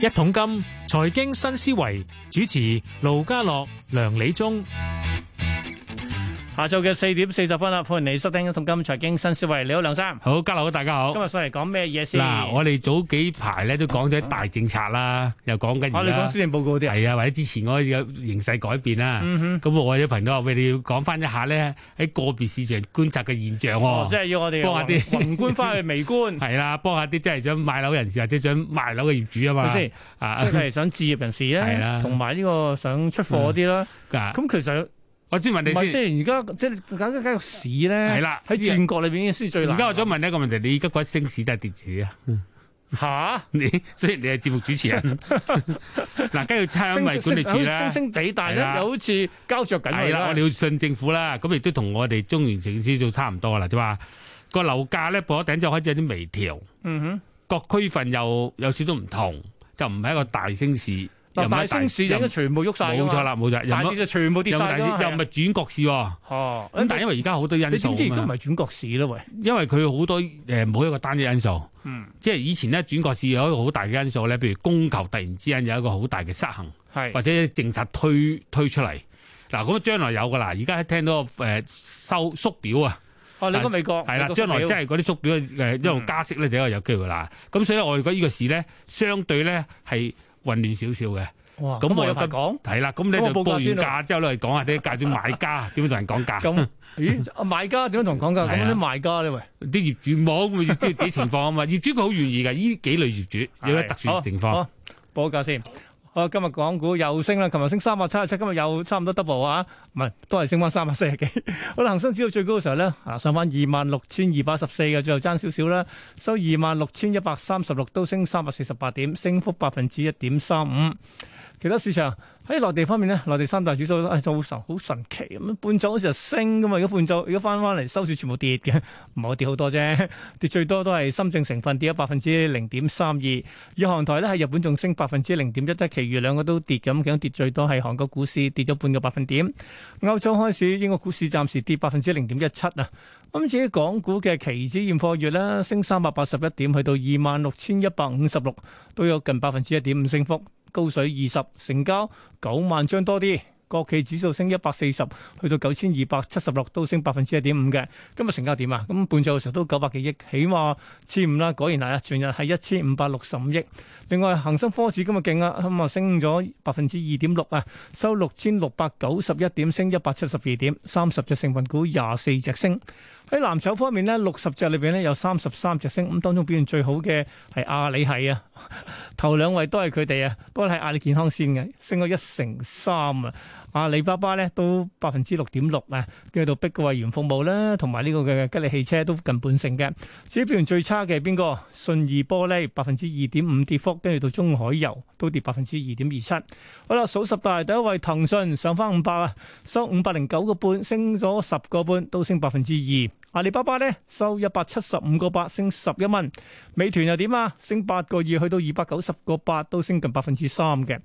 一桶金財經新思維主持盧家樂、梁理中。下晝嘅四點四十分啦，歡迎你收聽《一桶金財經新思維》。你好，梁生，好，家樂好，大家好。今日上嚟講咩嘢先？嗱，我哋早幾排咧都講咗啲大政策啦，又講緊我而哋講家施政報告嗰啲啊。係啊，或者之前嗰個有形勢改變啦。嗯哼，咁我有朋友話：喂，你要講翻一下咧喺個別市場觀察嘅現象哦，即喎。係要我哋幫下啲宏宏觀翻去微 觀，係啦，幫下啲真係想買樓人士或者想賣樓嘅業主啊係咪嘛。先？啊即係嗯想置業人士係咧，啦同埋呢個想出貨嗰啲啦。啊咁其實我先問唔係你即先。係而家即係搞緊個市係咧，啦，喺戰國裏邊先最難。而家我想問一個問題，你而家覺得升市定係跌市啊？ 吓，你雖然你係節目主 持人，嗱，梗係要差餉升物管理處升啦升。升地，但係係咧啦又好似膠着緊係佢啦，我哋要信政府啦，咁亦都同我哋中原城市做差唔多啦，啫嘛。個樓價咧破頂就開始有啲微調，嗯哼。各區份又有少少唔同，就唔係一個大升市。又嗱，唔係啊大升市就應該全部喐晒㗎冇嘛錯，啦，冇錯，又大唔市就全部跌又唔晒㗎嘛啊係又唔係轉角市喎。哦，咁但係因為而家好多你因知素唔知而家啊唔嘛，係轉角市啦？喂，因為佢好多誒冇一個單一因素，嗯，即係以前咧轉角市有一個好大嘅因素咧，譬如供求突然之間有一個好大嘅失衡。係或者政策推推出嚟。嗱，咁將來有噶啦，而家聽到誒、收縮表啊，哦，你講美國係啦，將將來真係嗰啲縮表誒一路嗯加息咧，就有機會啦。咁所以我哋覺得呢個市咧，相對咧係混亂少少嘅，哇，咁咁我我有有法份講係啦。咁你咁我就報報價完先咯價之後咧，講下啲 價點買家點樣同人講價，咁，咦，買家點樣同講價？係咁啊啲賣家咧喂，啲業主冇咁知道自己情況啊 嘛。業主佢好願意㗎，呢幾類業主有啲特殊情好況。好報價先。好，今日港股又升啦，琴日升三百七十七，今日又差唔多 double 啊，唔係都係升翻三百四十幾。 好啦，恒生指數最高嘅時候咧，啊上翻二萬六千二百十四嘅，最後爭少少啦，收二萬六千一百三十六，都升三百四十八點，升幅百分之一點三五。其他市場喺內地方面咧，內地三大指數咧、哎、就好神好神奇咁，半晝嗰時就升噶嘛，而家半晝而家翻翻嚟收市全部跌嘅，唔係我跌好多啫，跌最多都係深證成分跌咗百分之零點三二，而韓台咧喺日本仲升百分之零點一一，其餘兩個都跌咁，咁跌最多係韓國股市跌咗半個百分點，歐洲開市英國股市暫時跌百分之零點一七啊，咁至於港股嘅期指現貨月咧升三百八十一點，去到二萬六千一百五十六，都有近百分之一點五升幅。高水二十，成交九萬張多啲。國企指數升一百四十，去到九千二百七十六，都升百分之一點五嘅。今日成交點啊？咁半晝嘅時候都九百幾億，起碼 千五啦。果然係啊，全日係一千五百六十五億。另外恒生科指今日勁啊，咁啊升咗百分之二點六啊，收六千六百九十一點，升一百七十二點，三十隻成分股廿四隻升。喺藍籌方面呢，六十隻裏邊呢有三十三隻升，咁當中表現最好嘅係阿里系啊。頭兩位都係佢哋啊，不過係阿里健康先嘅，升咗一成三啊！阿里巴巴咧都百分之六點六啊，跟住到碧桂園服務啦，同埋呢個嘅吉利汽車都近半成嘅。至於表現最差嘅係邊個？信義玻璃百分之二點五跌幅，跟住到中海油都跌百分之二點二七。好啦，數十大第一位騰訊上翻五百啊，收五百零九個半，升咗十個半，都升百分之二。阿里巴巴咧收一百七十五個八，升十一蚊。美團又點啊？升八個二，去到二百九十個八，都升近百分之三嘅。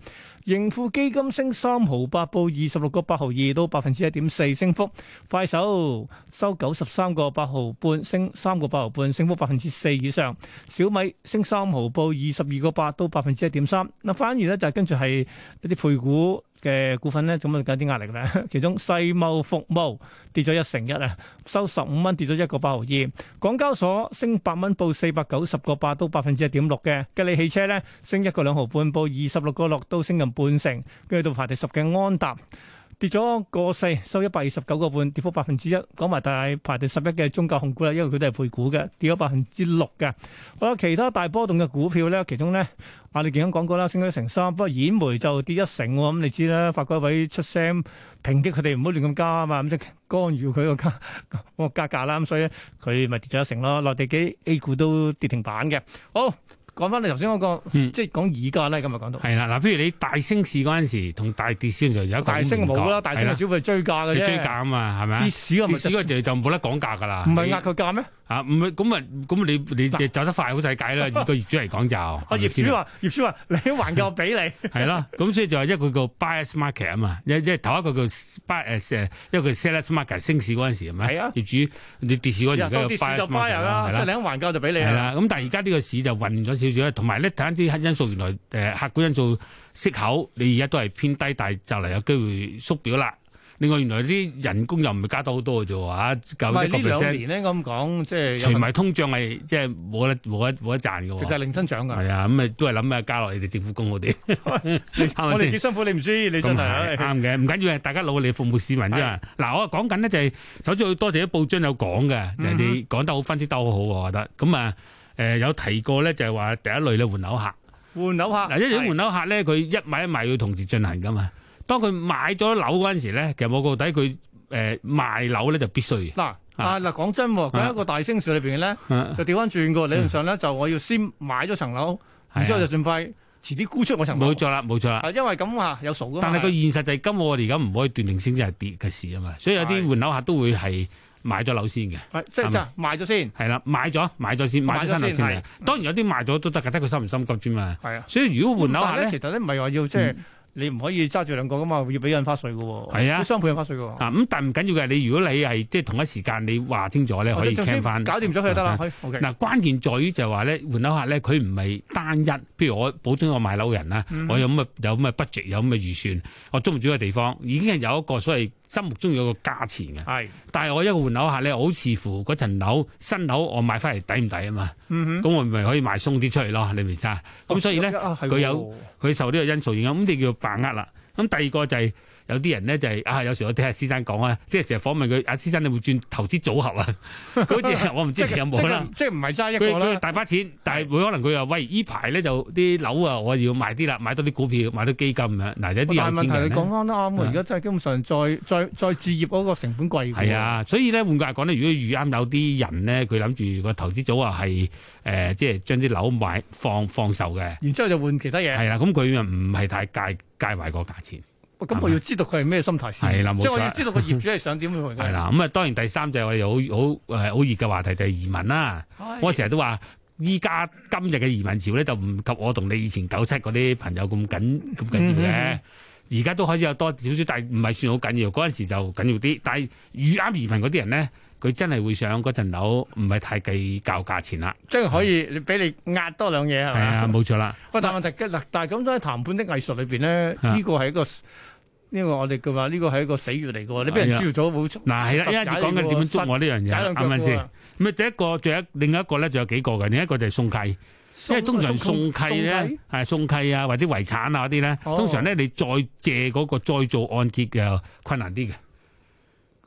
盈富基金升三毫八，報二十六個八毫二，到百分之一點四升幅。快手收九十三個八毫半，升三個八毫半，升幅百分之四以上。小米升三毫，報二十二個八，到百分之一點三。嗱，反而咧就係跟住係一啲配股。嘅股份咧，咁啊有啲壓力咧。 其中世茂服務跌咗一成一啊，收十五蚊，跌咗一個八毫二。港交所升八蚊，報四百九十個八，都百分之一點六嘅。吉利汽車咧升一個兩毫半，報二十六個六，都升近半成。跟住到排第十嘅安踏。跌咗個四，收一百二十九個半，跌幅百分之一。講埋大排第十一嘅中教控股啦，因為佢都係配股嘅，跌咗百分之六嘅。好啦，其他大波動嘅股票咧，其中咧，阿里健康講過啦，升咗一成三，不過兗煤就跌一成喎。咁你知啦，發改委出聲抨擊佢哋唔好亂咁加啊嘛，咁即係干預佢個加 個加價啦。咁所以佢咪跌咗一成咯。內地幾 A 股都跌停板嘅。好，講翻你頭先嗰個，嗯即係講議價咧，今日講到係啦，嗱，譬如你大升市嗰陣時同大跌市就有一個大升冇啦，大升係就只會追價嘅你啫，追價啊嘛，係咪啊跌市啊咪跌市嗰陣就就冇得講價㗎啦。唔係你壓佢價咩？啊，唔係咁啊，咁你你就走得快好世界啦。以個業主嚟講就， 啊， 啊業主話：業主話你還夠 俾你，係啦，咁所以就係一個叫 bias market 啊嘛，一一頭一個叫 buy 誒誒，一個 sellers market 升市嗰陣時係咪？係啊業主你跌市嗰又陣時，當而跌家市有就 bias market buyer 啦，係即係啊啦你。肯還夠就俾你係啦。啦，咁但係而家呢個市就混咗少少啦，同埋咧睇一啲因素，原來誒、呃客觀因素息口，你而家都係偏低，但係就嚟有機會縮表啦。另外原來啲人工又唔係加多好多嘅啫喎，唔嚇，係九一個呢兩 percent，年咧咁講，即係有除份埋通脹係即係冇得冇得冇得賺嘅其實係喎。零增長㗎。係啊，咁啊都係諗啊加落你哋政府工好啲，我哋啱咪先幾？辛苦，你唔知，你咁真係係。啊啱嘅，唔緊要嘅，啊大家努力服務市民啫嘛。嗱，我講緊咧就係首先好多謝啲報章有講嘅，嗯人哋講得好，分析得好好，我覺得。咁啊，誒有提過咧，就係話第一類咧換樓客。換樓客嗱，一啲換樓客咧，佢一買一賣要同時進行噶嘛。當佢買咗樓嗰陣時咧，其實我覺得佢誒賣樓咧就 必須嘅。嗱啊嗱，講真喎，啊喺一個大升市裏邊咧，啊就調翻轉個理論上咧，就我要先買咗層樓，然之後就盡快遲啲沽出我層樓冇。錯啦，冇錯啦。啊，因為咁啊，有數㗎嘛。但係個現實就係今我哋而家唔可以斷定升值係跌嘅事啊嘛，所以有啲係換樓客都會係買咗樓先嘅。係即係係即咪係賣咗先，係啦，買咗買咗先，買咗新樓先買咗嘅。當然有啲賣咗都得嘅，得佢心唔心急啫嘛。係啊。所以如果換樓但係客咧，其實咧唔係話要即係你唔可以揸住兩個㗎嘛，要俾印花稅㗎喎。嗯係啊要雙倍印花稅㗎喎。啊咁，但唔緊要嘅。你如果你係即係同一時間，你話清楚咧，可以或者總之 can 翻。搞掂咗佢就得啦。可以 OK。嗱，關鍵在於就係話咧，換樓客咧，佢唔係單一。譬如我補充我買樓嘅人啦，我有咁嘅有咁嘅 budget，有咁嘅預算，我租唔租嘅地方已經係有一個所謂心目中有個價錢嘅。係但係我一個換樓客咧，我好視乎嗰層樓新樓我買翻嚟抵唔抵啊嘛。咁我咪可以賣鬆啲出嚟咯，你明唔明啊？咁所以咧，嗯啊係佢有喎佢受呢個因素影響，咁你叫把握啦。咁第二個就係、有啲人咧就係、啊，有時我聽阿師生講啊，即係成日訪問佢，阿師生你會轉投資組合啊？好似 我唔知你有冇啦。即係唔係揸一佢個佢啦，大把錢，但係佢可能佢又喂依排咧就啲樓啊，我要賣啲啦，買多啲股票，買多基金啊。嗱，有但係啲有問錢人題你呢講翻得啱喎，啊而家真係基本上再再再置業嗰個成本貴喎係，啊，所以咧換句話講咧，如果遇啱有啲人咧，佢諗住個投資組合係誒，即係將啲樓買放放售嘅，然之後就換其他嘢。係啦，咁佢又唔係太介介懷個價錢。喂咁我要知道佢係咩心態先，啊係啦冇錯即係我要知道個業主係想點去換係，啦，咁啊，當然第三就係我哋好好誒好熱嘅話題就係移民啦。唉我成日都話，依家今日嘅移民潮咧，就唔及我同你以前九七嗰啲朋友咁緊咁緊要嘅。而家都開始有多少少，但係唔係算好緊要。嗰陣時就緊要啲，但係遇啱移民嗰啲人咧，佢真係會想嗰層樓唔係太計較價錢啦。即係可以你俾你壓多兩嘢係係咪啊，啊？冇錯啦。喂，但係問題嗱，但係咁都喺談判的藝術裏邊咧，啊呢個係一個呢個我哋嘅話，呢個係一個死穴嚟嘅喎，你俾人係啊知道咗冇錯嗱，係啦，一陣實踩講緊點樣捉我呢樣踩嘢，兩腳啱唔啱先喎？咁啊，第一個，仲有一另一個咧，仲有幾個嘅，另一個就係送契。因為通常送契咧，係送契啊，或者遺產啊嗰啲咧，哦通常咧你再借嗰個再做按揭又困難啲嘅。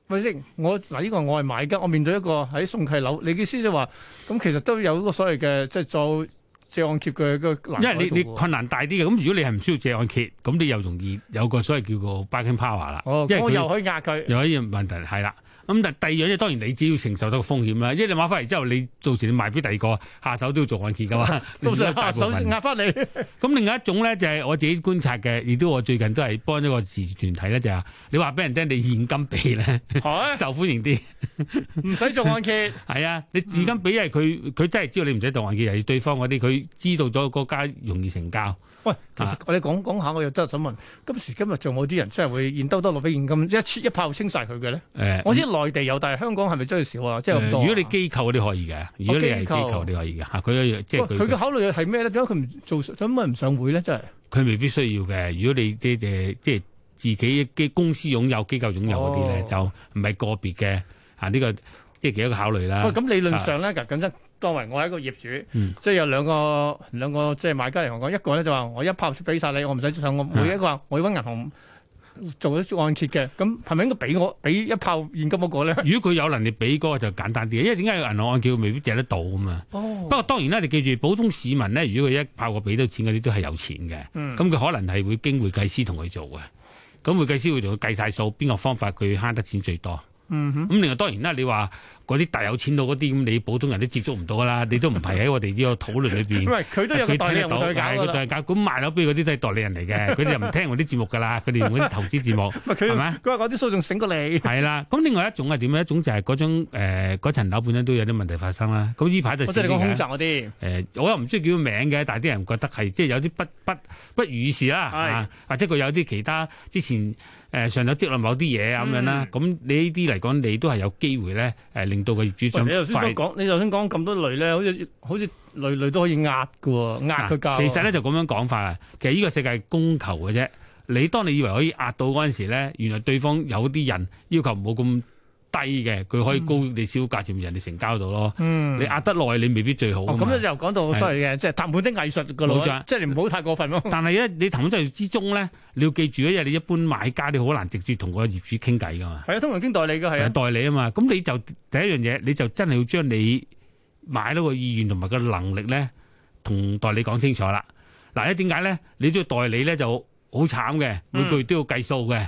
咪先？我嗱呢個我係買家，我面對一個喺送契樓，你嘅意思即係話，咁其實都有嗰個所謂嘅即係再借按揭嘅個難度因為你你喺度喎困難大啲嘅，咁如果你係唔需要借按揭，咁你又容易有個所謂叫做 bargain power 啦。哦，因咁我為又佢可以壓佢，有一樣問題係啦。咁但第二樣嘢當然你只要承受到個風險啦，因為你買翻嚟之後，你到時你賣俾第二個下手都要做按揭噶 嘛，到時你候大部分手壓翻你， 咁另外一種咧就係我自己觀察嘅，亦都我最近都係幫一個慈善團體咧，就係、你話俾人聽你現金俾咧係 受歡迎啲。啊唔使做按揭，係啊，嗯你現金俾係佢佢真係知道你唔使當還嘅，係對方嗰啲佢知道咗嗰家容易成交。喂，其啊實我哋講講下，我又真係想問，今時今日仲有啲人真係會現兜兜落俾現金，一切一炮清晒佢嘅咧？誒、我知內地有，但係香港係咪真係少啊？即係誒咁多啊。呃如果你機構你可以嘅，如果你係機哦構機你可以嘅嚇，啊佢即喂係佢嘅佢考慮係咩咧？點解佢唔做？點解唔上會咧？真係佢未必需要嘅。如果你即係即係自己機公司擁有、機構擁有嗰啲咧，哦就唔係個別嘅嚇呢個即係幾多個考慮啦喂，。咁理論上咧，嗱咁真當為我係一個業主，啊嗯即係有兩個兩個即係買家嚟講，一個咧就話我一炮俾晒你，我唔使上我啊每一個話我要揾銀行做咗按揭嘅，咁係咪應該俾我俾一炮現金嗰個咧？如果佢有能力俾嗰個就簡單啲，因為點解銀行按揭未必借得到啊嘛。哦 不，過當然啦，你記住，普通市民咧，如果佢一炮過俾到錢嗰啲，都係有錢嘅。嗯咁佢可能係啊會經會計師同佢做嘅。咁會計師會同佢計晒數，邊個方法佢慳得錢最多？嗯哼，咁另外當然啦，你話嗰啲大有錢佬嗰啲，咁你普通人都接觸唔到啦，你都唔係喺我哋呢個討論裏因 邊。為佢都有個佢代理聽人得同到，佢係搞佢噶啦，代搞。咁賣樓俾嗰啲都係代理人嚟嘅，佢哋又唔聽我啲節目㗎啦，佢哋用嗰啲投資節目。唔係佢係咪佢話嗰啲數仲醒過你，係啦，咁另外一種係點咧？一種就係嗰張誒嗰層樓本身都有啲問題發生啦。咁呢排就我少哦即係你講啲空嘅襲嗰啲，誒，呃我又唔中意叫佢名嘅，但係啲人覺得係即係有啲不不不如意事啦，係啊或者佢有啲其他之前誒上有積落某啲嘢啊咁樣嗯啦。咁你呢啲嚟講，你都係有機會咧誒，令到個業主喂想你頭先所快講，你頭先講咁多類咧，好似好似類類都可以壓嘅喎，壓佢價喎。嗱啊其實咧就咁樣講法啊，其實呢個世界係供求嘅啫。你當你以為可以壓到嗰陣時咧，原來對方有啲人要求冇咁低嘅，佢可以高你少價錢，人哋成交到咯。嗯你壓得耐，你未必最好啊哦，嘛。咁咧就講到係所謂嘅，即係談判的藝術噶咯冇錯，即係你唔好太過 分咯。但係咧，你談判之中咧，你要記住一日你一般買家你好難直接同個業主傾偈噶嘛，係啊，通常經代理嘅係係啊，代理啊嘛。咁你就第一樣嘢，你就真係要將你買到個意願同埋個能力咧，同代理講清楚啦。嗱，咧點解咧？你做代理咧就好慘嘅，每個月都要計數嘅。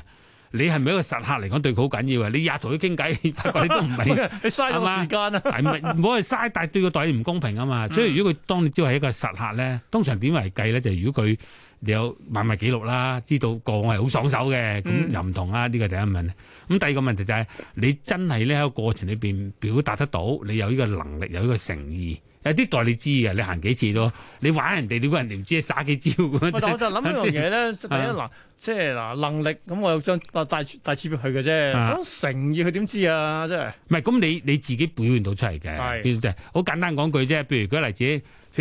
你係咪一個實客嚟講對佢好緊要啊？你日日同佢傾偈， 發覺你都唔 係。你嘥咗係我嘛時間 啊。係咪唔好係嘥？但係對個代理唔公平啊嗯嘛。所以如果佢當你只係一個實客咧，通常點為計咧？就係如果佢你有買賣記錄啦，知道個案係好爽手嘅，嗯咁又唔同啦。呢個第一問題。咁第二個問題就係、你真係咧喺個過程裏邊表達得到，你有呢個能力，有呢個誠意。有啲代理知嘅，你行幾次都，你玩人哋，你估人哋唔知耍幾招咁喂但我樣。就諗一樣嘢咧，第一 係嗱，即係嗱能力，咁我有張大大大紙俾佢嘅啫。啊咁誠意佢點知啊？真係唔係咁，你你自己表現到出嚟係嘅，即係好簡單講句啫。譬如舉例子，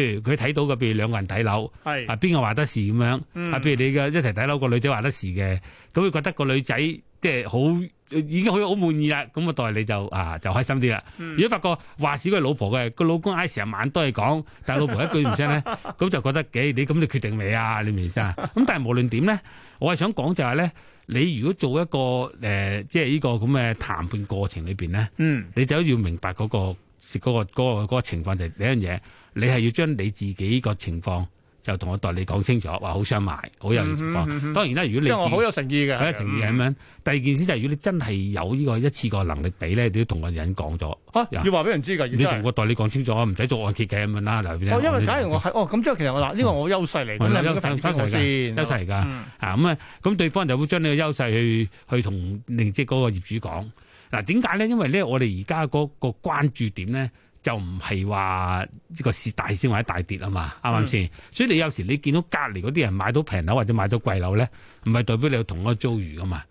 譬如佢睇到嘅，譬如兩個人睇樓。係啊邊個話得事咁樣？嗯啊，譬如你嘅一齊睇樓個女仔話得事嘅，咁佢覺得個女仔即係好已經好好滿意啦，咁個代理就啊就開心啲啦。如果發覺話事佢係老婆嘅，個老公嗌成晚都係講，但係老婆一句唔聽咧，咁就覺得誒你咁你決定未啊？你明唔明意思啊？咁但係無論點咧，我係想講就係咧，你如果做一個誒、呃即係呢個咁嘅談判過程裏邊咧。嗯你就要明白嗰、個嗰、個嗰、個嗰個情況就嗯係呢樣嘢，你係要將你自己個情況就同個代理講清楚，話好想買，好有情況。嗯哼嗯哼當然啦，如即果你係我自好己有誠意嘅，嗯有情意係咁樣，第二件事就係如果你真係有呢個一次過能力俾咧，你都同個人講咗，啊要話俾人知㗎，你要真同係。個代理講清楚，唔使做按揭嘅咁樣啦。嗱，哦，因為假如我係哦咁，即係其實我嗱呢個我優勢嚟，咁係你應該優評估我先優勢嚟㗎。嗯啊咁啊，咁對方就會將呢個優勢去去同另即係嗰個業主講。嗱點解咧？因為咧，我哋而家嗰個關注點咧，就唔係話呢個市大升或者大跌啊嘛，啱唔啱先？所以你有時你見到隔離嗰啲人買到平樓或者買到貴樓咧，唔係代表你有同一個遭遇噶嘛。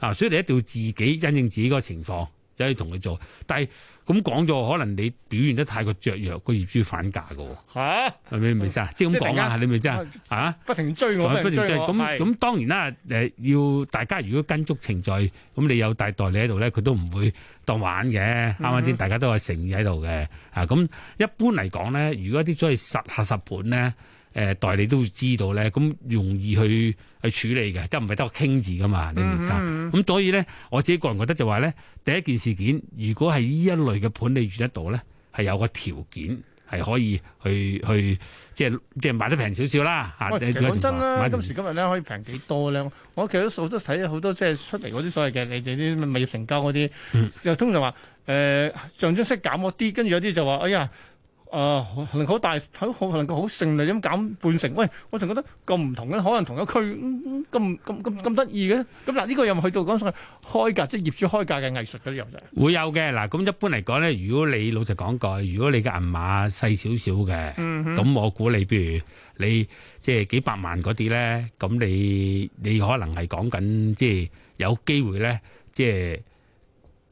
啊，所以你一定要自己因應自己個情況，就去同佢做。但係咁講咗，可能你表現得太過雀躍，個業主反價嘅喎，嚇，係咪咪先啊？即係咁講啊，你咪真係啊？不停追我，不不停斷追追我，咁係咁當然啦，誒要大家如果跟足程序，咁你有大代理喺度咧，佢都唔會當玩嘅，啱唔啱嗯先？大家都有誠意喺度嘅，啊咁一般嚟講咧，如果啲所謂實客實盤咧，誒、代理都會知道咧，咁容易去去處理嘅，即係唔係得個傾字噶嘛？你明唔明啊？嗯嗯嗯咁所以咧，我自己個人覺得就話咧，第一件事件，如果係呢一類嘅盤你遇得到咧，係有個條件係可以去去，即係即係買得平少少啦嚇。啊喂，其實呢個講情況真啦，買得今時今日咧可以平幾多咧？我其實數都睇咗好多，即係出嚟嗰啲所謂嘅你哋啲物業成交嗰啲，嗯就通常話誒、呃、象徵式減咗啲，跟住有啲就話哎呀。誒、能夠好大，好好能夠好勝利咁減半成，喂，我就覺得咁唔同嘅，可能同一區嗯咁咁咁咁得意嘅，咁嗱呢個又咪去到講上開價，即係業主開價嘅藝術嗰啲又就係，會有嘅嗱，咁一般嚟講咧，如果你老實講句，如果你嘅銀碼細少少嘅，嗯咁、我估你譬如你即係幾百萬嗰啲咧，咁你你可能係講緊即係有機會咧，即係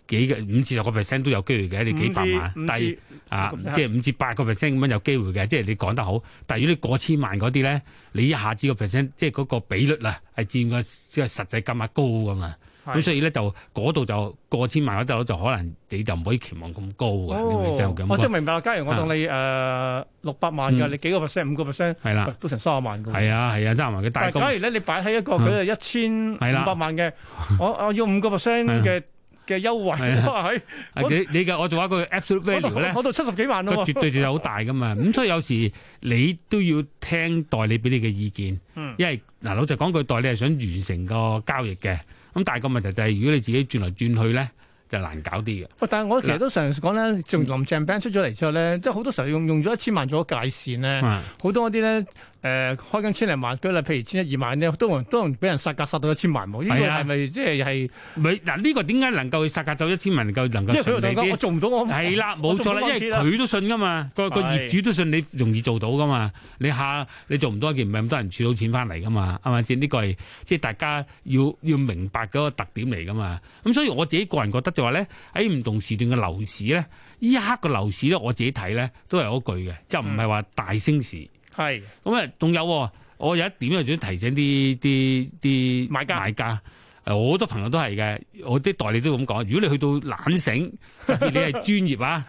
幾個五至十個 percent 都有機會嘅，你幾百萬，五至但係五至啊咁上下，即係五至八個 percent 咁樣有機會嘅，即係你講得好。但係如果你過千萬嗰啲咧，你一下子個 percent 即係嗰個比率啊，係佔個即係實際金額高噶嘛。咁所以咧就嗰度就過千萬嗰度就可能你就唔可以期望咁高嘅，啊你明唔明先哦咁我真講？係明白啦。假如我當你誒六百萬嘅，嗯你幾個 percent 五個 percent 係啦，都成三十萬嘅喎。係啊係啊，爭埋嘅大但係公假如咧，你擺喺一個佢係一千係五啦啊百萬嘅，我我要五個 percent 嘅嘅優惠，係哇係啊你你嘅我做一個 absolute 我度 value 咧，我度七十幾萬個咯絕喎，對就好大 噶嘛。咁所以有時你都要聽代理俾你嘅意見嗯，因為嗱老實講句，代理係想完成個交易嘅。咁但係個問題就係，如果你自己轉來轉去咧，就難搞啲嘅。喂，但係我其實都常講咧，從林鄭 ban 出咗嚟之後咧，即係好多時候用用咗一千萬做咗界線咧，啊好多嗰啲咧誒開緊千零萬，舉例譬如千一二萬咧，都能都能俾人殺價殺到一千萬喎。呢個係啊係咪即係係？咪嗱呢個點解能夠去殺價走一千萬能夠能因為佢夠順又同我講利我啲？做唔到啊我係啦，冇錯啦，因為佢都信噶嘛，個個係業主都信你容易做到噶嘛，你下你做唔到一件，唔係咁多人儲到錢翻嚟噶嘛，係咪先？呢個係即係大家要要明白嗰個特點嚟噶嘛。咁所以我自己個人覺得就話咧，喺唔同時段嘅樓市咧，依一刻嘅樓市咧，我自己睇咧都係嗰句嘅，就唔係話大升市。係咁啊，仲有喎我有一點又想提醒啲啲啲買家買家。誒我好多朋友都係嘅，我啲代理都咁講。如果你去到懶醒，特別 你係專業啊，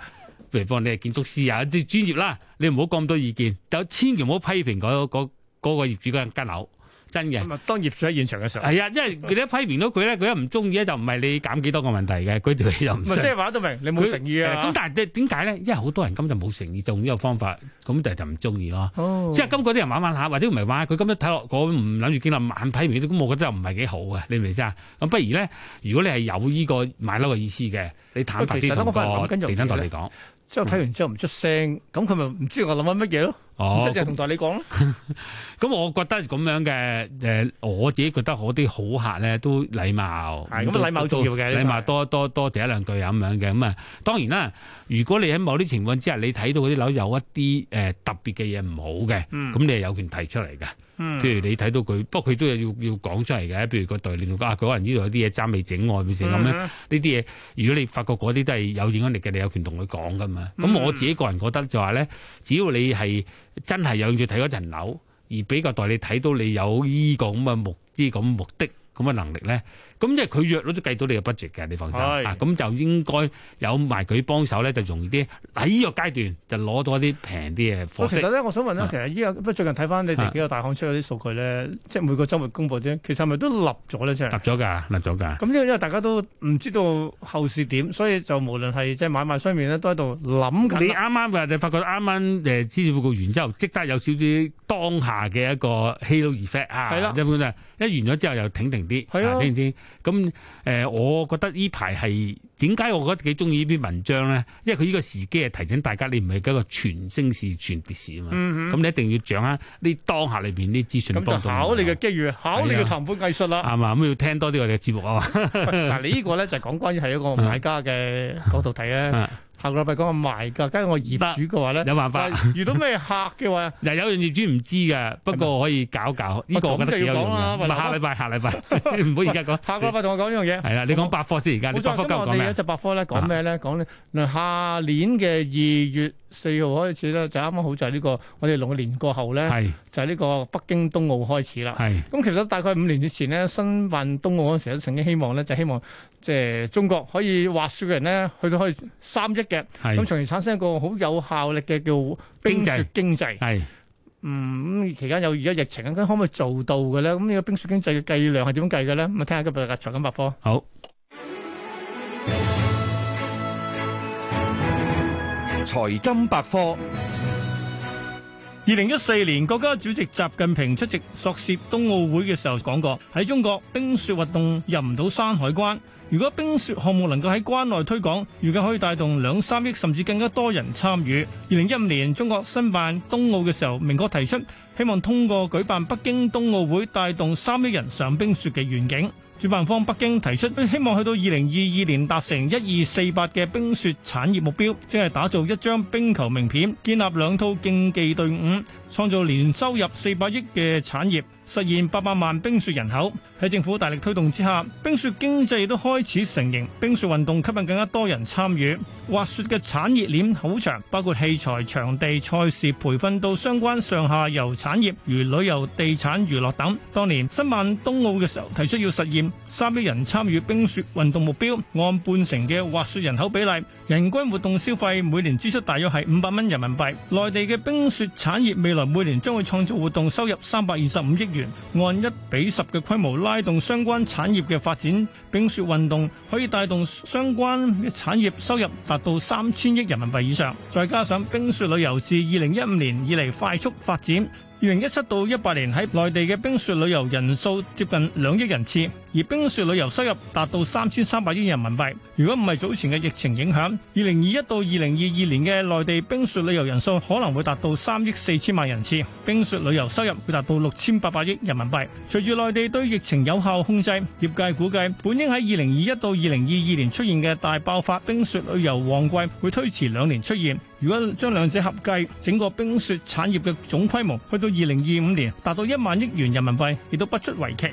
譬如幫你係建築師啊，即係專業啦，你唔好講咁多意見，就千祈唔好批評嗰嗰嗰個業主嗰間樓，真嘅。咁啊，當業主喺現場嘅時候，係啊，因為你一批評到佢咧，佢一唔中意咧，就唔係你減幾多個問題嘅，佢條氣又唔咪想啊即。係話得明，你冇誠意係咁啊？但係點解咧？因為好多人根本就冇誠意，就用呢個方法，咁但係就唔中意咯。哦即係今嗰啲人玩玩下，或者唔係玩下，佢今日睇落我唔諗住經立晚批評佢，咁我覺得又唔係幾好嘅，你明唔明先啊？咁不如咧，如果你係有呢個買樓嘅意思嘅，你坦白其啲實呢我同反而諗緊個樣嘢地產代理講。之後睇完之後唔出聲，咁佢咪唔知我諗緊乜嘢咯？咁哦即係，就係同代理講咯。咁我覺得咁樣嘅誒，我自己覺得我啲好客咧都禮貌，係咁禮貌重要嘅禮貌多多多謝一兩句咁樣嘅咁啊。當然啦，如果你喺某啲情況之下，你睇到嗰啲樓有一啲誒、呃特別嘅嘢唔好嘅，咁、嗯你係有權提出嚟嘅。譬如你睇到佢，不過佢都有要要講出嚟嘅。譬如個代理同佢啊，佢可能呢度有啲嘢爭未整外面成咁樣，呢嗯啲嘢如果你發覺嗰啲都係有影響力嘅，你有權同佢講噶嘛。咁嗯我自己個人覺得就話咧，只要你係真係有興趣睇嗰層樓，而俾個代理睇到你有呢個咁嘅目呢個咁嘅目的。咁嘅能力咧，咁即係佢約到都計到你嘅 budget 嘅，你放心係啊。咁就應該有埋佢幫手咧，就容易啲喺呢個階段就攞到一啲平啲嘅喂貨其色。實咧，我想問咧啊，其實依家不過最近睇翻你哋幾個大行出咗啲數據咧，即係每個週末公佈啲，其實係咪都立咗咧？即係立咗㗎，立咗㗎。咁呢個因為大家都唔知道後市點，所以就無論係即係買賣雙面咧，都喺度諗緊你啦。啱啱嘅，你發覺啱啱誒資料報告完之後，即刻有少少當下嘅一個 halo effect 啊，係啦一般就一完咗之後又挺定啲，係啊挺定啲。咁誒、呃我覺得呢排係點解我覺得幾中意呢篇文章咧？因為佢呢個時機係提醒大家，你唔係一個全升市、全跌市啊嘛。嗯咁、你一定要掌握呢當下裏邊啲資訊咁幫就到考你你啊嘅機遇，考你嘅談判藝術啦。啱嘛？咁要聽多啲我哋嘅節目啊 嘛。喂嗱，你呢個咧就係講關於係一個買家嘅角度睇咧。啊下個禮拜講個賣價，加上我啊業主嘅話咧，有辦法。但係遇到咩客嘅 話，嗱，有樣業主唔知嘅，不過可以搞搞，呢個我覺得幾有用嘅。咁就要講啦唔係下禮拜，下禮拜， 唔好而家講。下個禮拜同我講呢樣嘢。係啦，你講百科先而家，你冇百錯，科今日今日我講哋咩有一啊？隻百科咧，講咩咧？講咧，嗱，下年嘅二月四號開始咧，就啱啱好就係呢個我哋農曆年過後咧，係就係呢個北京冬奧開始啦。係咁其實大概五年之前咧，申辦冬奧嗰陣時咧，曾經希望咧，就希望即係中國可以滑雪嘅人咧，去到可以三億嘅，咁係從而產生一個好有效力嘅叫冰雪經濟。係嗯，咁期間有而家疫情，咁可唔可以做到嘅咧？咁呢個冰雪經濟嘅計量係點樣計嘅咧？咁啊，聽下今日嘅財金百科。好。財金百科。二零一四年，國家主席習近平出席索契冬奧會嘅時候講過，喺中國冰雪運動入唔到山海關。如果冰雪項目能夠喺關內推廣，預計可以帶動兩三億甚至更加多人參與。二零一五年中國申辦冬奧嘅時候，明確提出希望通過舉辦北京冬奧會帶動三億人上冰雪嘅願景。主辦方北京提出希望去到二零二二年達成一二四八嘅冰雪產業目標，即係打造一張冰球名片，建立兩套競技隊伍，創造年收入四百億嘅產業，實現八百萬冰雪人口。喺政府大力推動之下，冰雪經濟亦都開始成型，冰雪運動吸引更加多人參與。滑雪嘅產業鏈好長，包括器材、場地、賽事、培訓到相關上下游產業，如旅遊、地產、娛樂等。當年申辦冬奧嘅時候，提出要實現三億人參與冰雪運動目標，按半成嘅滑雪人口比例，人均活動消費每年支出大約係五百蚊人民幣。內地嘅冰雪產業未來每年將會創造活動收入三百二十五億元，按一比十嘅規模拉動相關產業嘅發展。冰雪運動可以帶動相關嘅產業收入達到三千億人民幣以上，再加上冰雪旅遊自二零一五年以嚟快速發展。二零一七到一八年喺內地嘅冰雪旅遊人數接近兩億人次，而冰雪旅遊收入達到三千三百億人民幣。如果唔係早前嘅疫情影響，二零二一到二零二二年嘅內地冰雪旅遊人數可能會達到三億四千萬人次，冰雪旅遊收入會達到六千八百億人民幣。隨住內地對疫情有效控制，業界估計本應喺二零二一到二零二二年出現嘅大爆發冰雪旅遊旺季會推遲兩年出現。如果將兩者合計，整個冰雪產業嘅總規模去到二零二五年達到一萬億元人民幣，亦都不足為奇。